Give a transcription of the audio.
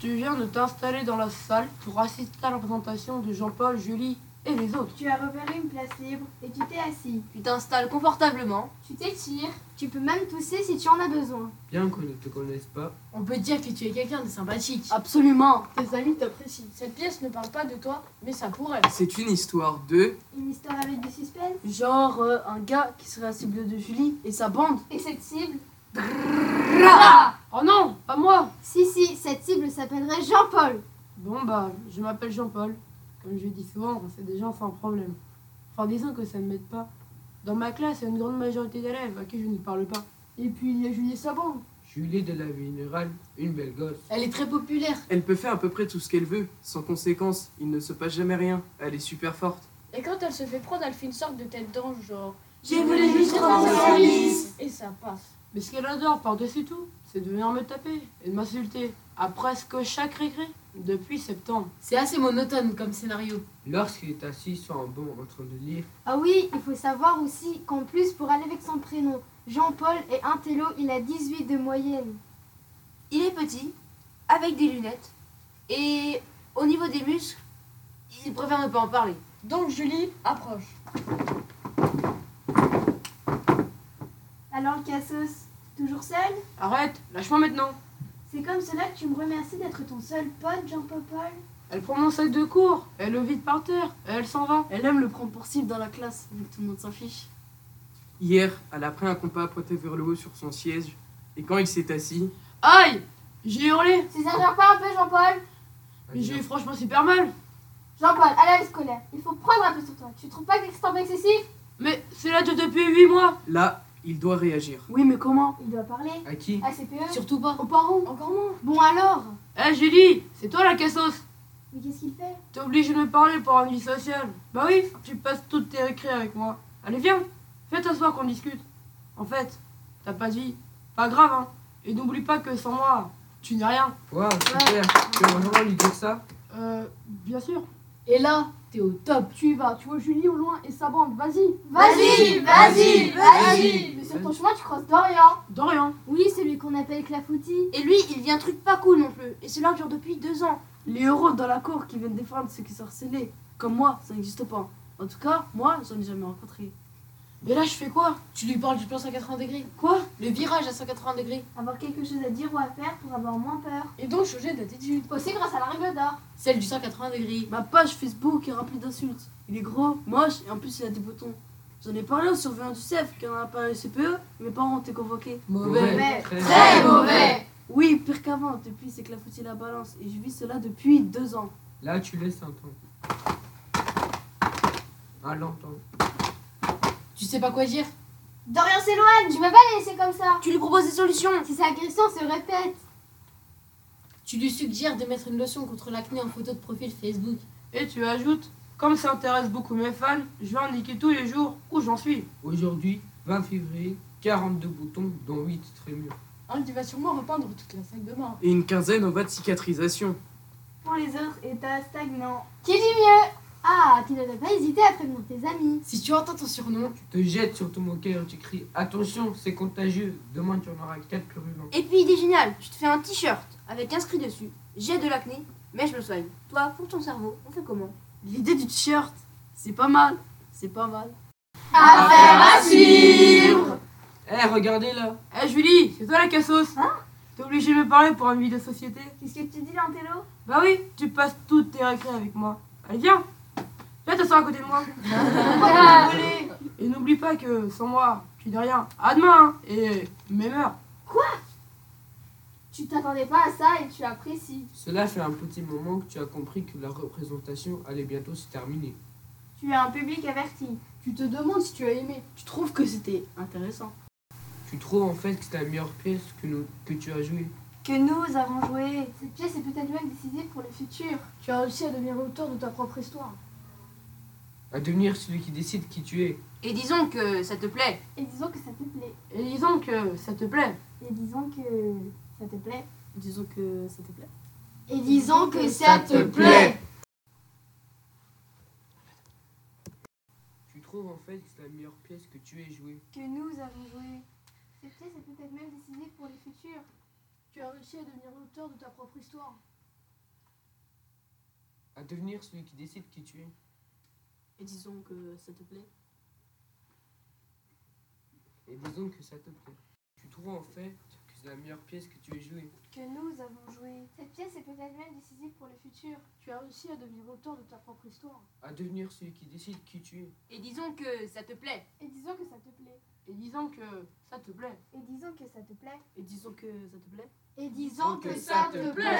Tu viens de t'installer dans la salle pour assister à la présentation de Jean-Paul, Julie et les autres. Tu as repéré une place libre et tu t'es assis. Tu t'installes confortablement. Tu t'étires. Tu peux même tousser si tu en as besoin. Bien qu'on ne te connaisse pas, On peut dire que tu es quelqu'un de sympathique. Absolument. Tes amis t'apprécient. Cette pièce ne parle pas de toi, mais ça pourrait. C'est une histoire de... Une histoire avec du suspense. Genre euh, un gars qui serait la cible de Julie et sa bande. Et cette cible Oh non, pas moi Si, si, cette cible s'appellerait Jean-Paul. Bon bah, je m'appelle Jean-Paul. Comme je dis souvent, c'est des gens sans problème. Enfin, disons que ça ne m'aide pas. Dans ma classe, il y a une grande majorité d'élèves à qui je ne parle pas. Et puis il y a Julie et sa bande. Julie de la Vénérale, une belle gosse. Elle est très populaire. Elle peut faire à peu près tout ce qu'elle veut, sans conséquence, il ne se passe jamais rien, elle est super forte. Et quand elle se fait prendre, elle fait une sorte de tête d'ange, genre. J'ai voulu juste rendre service. Et ça passe. Mais ce qu'elle adore par-dessus tout, c'est de venir me taper et de m'insulter à presque chaque récré depuis septembre. C'est assez monotone comme scénario. Lorsqu'il est assis sur un banc en train de lire, Ah oui, il faut savoir aussi qu'en plus, pour aller avec son prénom, Jean-Paul est intello, il a 18 de moyenne. Il est petit, avec des lunettes. Et au niveau des muscles, il préfère ne pas en parler. Donc Julie approche. Alors, Cassos, toujours seul Arrête, lâche-moi maintenant. C'est comme cela que tu me remercies d'être ton seul pote, Jean-Paul Paul Elle prend mon sac de cours, elle le vide par terre, et elle s'en va. Elle aime le prendre pour cible dans la classe, vu que tout le monde s'en fiche. Hier, elle a pris un compas pointé vers le haut sur son siège, et quand il s'est assis, Aïe J'ai hurlé, Tu s'exagères pas un peu, Jean-Paul mais j'ai eu franchement super mal. Jean-Paul, à la scolaire, il faut prendre un peu sur toi. Tu trouves pas que c'est un peu excessif Mais c'est là de- depuis 8 mois. là, il doit réagir. Oui, mais comment Il doit parler. à qui Ah, À ses PE. Surtout pas. Aux parents. Encore moins. Bon alors Eh Julie, c'est toi la cassos Mais qu'est-ce qu'il fait T'es obligé de me parler pour un vie sociale. Bah oui, tu passes toutes tes récré avec moi. Allez, viens, fais t'asseoir qu'on discute. En fait, t'as pas de vie. Pas grave, hein. Et n'oublie pas que sans moi, tu n'es rien. Waouh, super Tu vas vraiment lui dire ça Euh, bien sûr. Et là, t'es au top. Tu y vas, tu vois Julie au loin et sa bande, vas-y. Vas-y, vas-y, vas-y Mais sur ton chemin, tu croises Dorian. Dorian. Oui, celui qu'on appelle Clafouti. Et lui, il vit un truc pas cool non plus. Et cela dure depuis deux ans. Les héros dans la cour qui viennent défendre ceux qui sont harcelés. Comme moi, ça n'existe pas. En tout cas, moi, j'en ai jamais rencontré. Mais là, je fais quoi Tu lui parles du plan 180 degrés. Quoi Le virage à 180 degrés. Avoir quelque chose à dire ou à faire pour avoir moins peur. Et donc changer d'attitude. Aussi grâce à la règle d'or. Celle du 180 degrés. Ma page Facebook est remplie d'insultes. Il est gros, moche et en plus il a des boutons. J'en ai parlé au surveillant du CEF qui en a parlé au CPE et mes parents ont été convoqués. Mauvais. Ouais. Très- mauvais Oui, pire qu'avant, depuis c'est que la foutie la balance et je vis cela depuis deux ans. Là, tu laisses un temps. Un long temps. Tu sais pas quoi dire Dorian s'éloigne Tu peux pas les laisser comme ça Tu lui proposes des solutions. Si sa agression se répète, Tu lui suggères de mettre une lotion contre l'acné en photo de profil Facebook. Et tu ajoutes, comme ça intéresse beaucoup mes fans, je vais indiquer tous les jours où j'en suis. Aujourd'hui, 20 février, 42 boutons, dont 8 très mûrs. Hein, tu vas sûrement repeindre toute la salle de bain. Et une quinzaine en voie de cicatrisation. Pour les autres, état stagnant. qui dit mieux Ah, tu n'aurais pas hésité à prévenir tes amis. Si tu entends ton surnom, Tu te jettes sur ton moqueur et tu cries Attention, c'est contagieux, demain tu en auras 4 purulents. Et puis, il est génial. Je te fais un t-shirt avec inscrit dessus. J'ai de l'acné, mais je me soigne. Toi, pour ton cerveau, on fait comment L'idée du t-shirt, c'est pas mal, c'est pas mal. Affaire à suivre Eh, regardez là Eh Julie, c'est toi la cassos Hein T'es obligé de me parler pour une vie de société Qu'est-ce que tu dis, l'antello Bah oui, tu passes toutes tes récré avec moi. Allez, viens Viens t'asseoir à côté de moi Ah, Et n'oublie pas que sans moi, tu n'es rien. À demain hein, et même heure. Tu t'attendais pas à ça et tu apprécies. Cela fait un petit moment que tu as compris que la représentation allait bientôt se terminer. Tu as un public averti. Tu te demandes si tu as aimé. Tu trouves que c'était intéressant. Tu trouves en fait que c'est la meilleure pièce que, nous, que tu as jouée. Que nous avons joué. Cette pièce est peut-être même décisive pour le futur. Tu as réussi à devenir auteur de ta propre histoire. À devenir celui qui décide qui tu es. Et disons que ça te plaît. Et disons que ça te plaît. Et disons que ça te plaît. Et disons que ça te plaît. Disons que ça te plaît. Et disons que Ça te plaît. Tu trouves en fait que c'est la meilleure pièce que tu aies jouée. Que nous avons joué. Cette pièce est peut-être même décisive pour le futur. Tu as réussi à devenir auteur de ta propre histoire. à devenir celui qui décide qui tu es. Et disons que ça te plaît. Et disons que ça te plaît. Tu trouves en fait que c'est la meilleure pièce que tu aies jouée. que nous avons joué. Cette pièce est peut-être même décisive pour le futur. Tu as réussi à devenir auteur de ta propre histoire. À devenir celui qui décide qui tu es. Et disons que ça te plaît. Et disons que ça te plaît. Et disons que ça te plaît. Et disons que ça te plaît. Et disons que ça te plaît. Et disons que ça te plaît.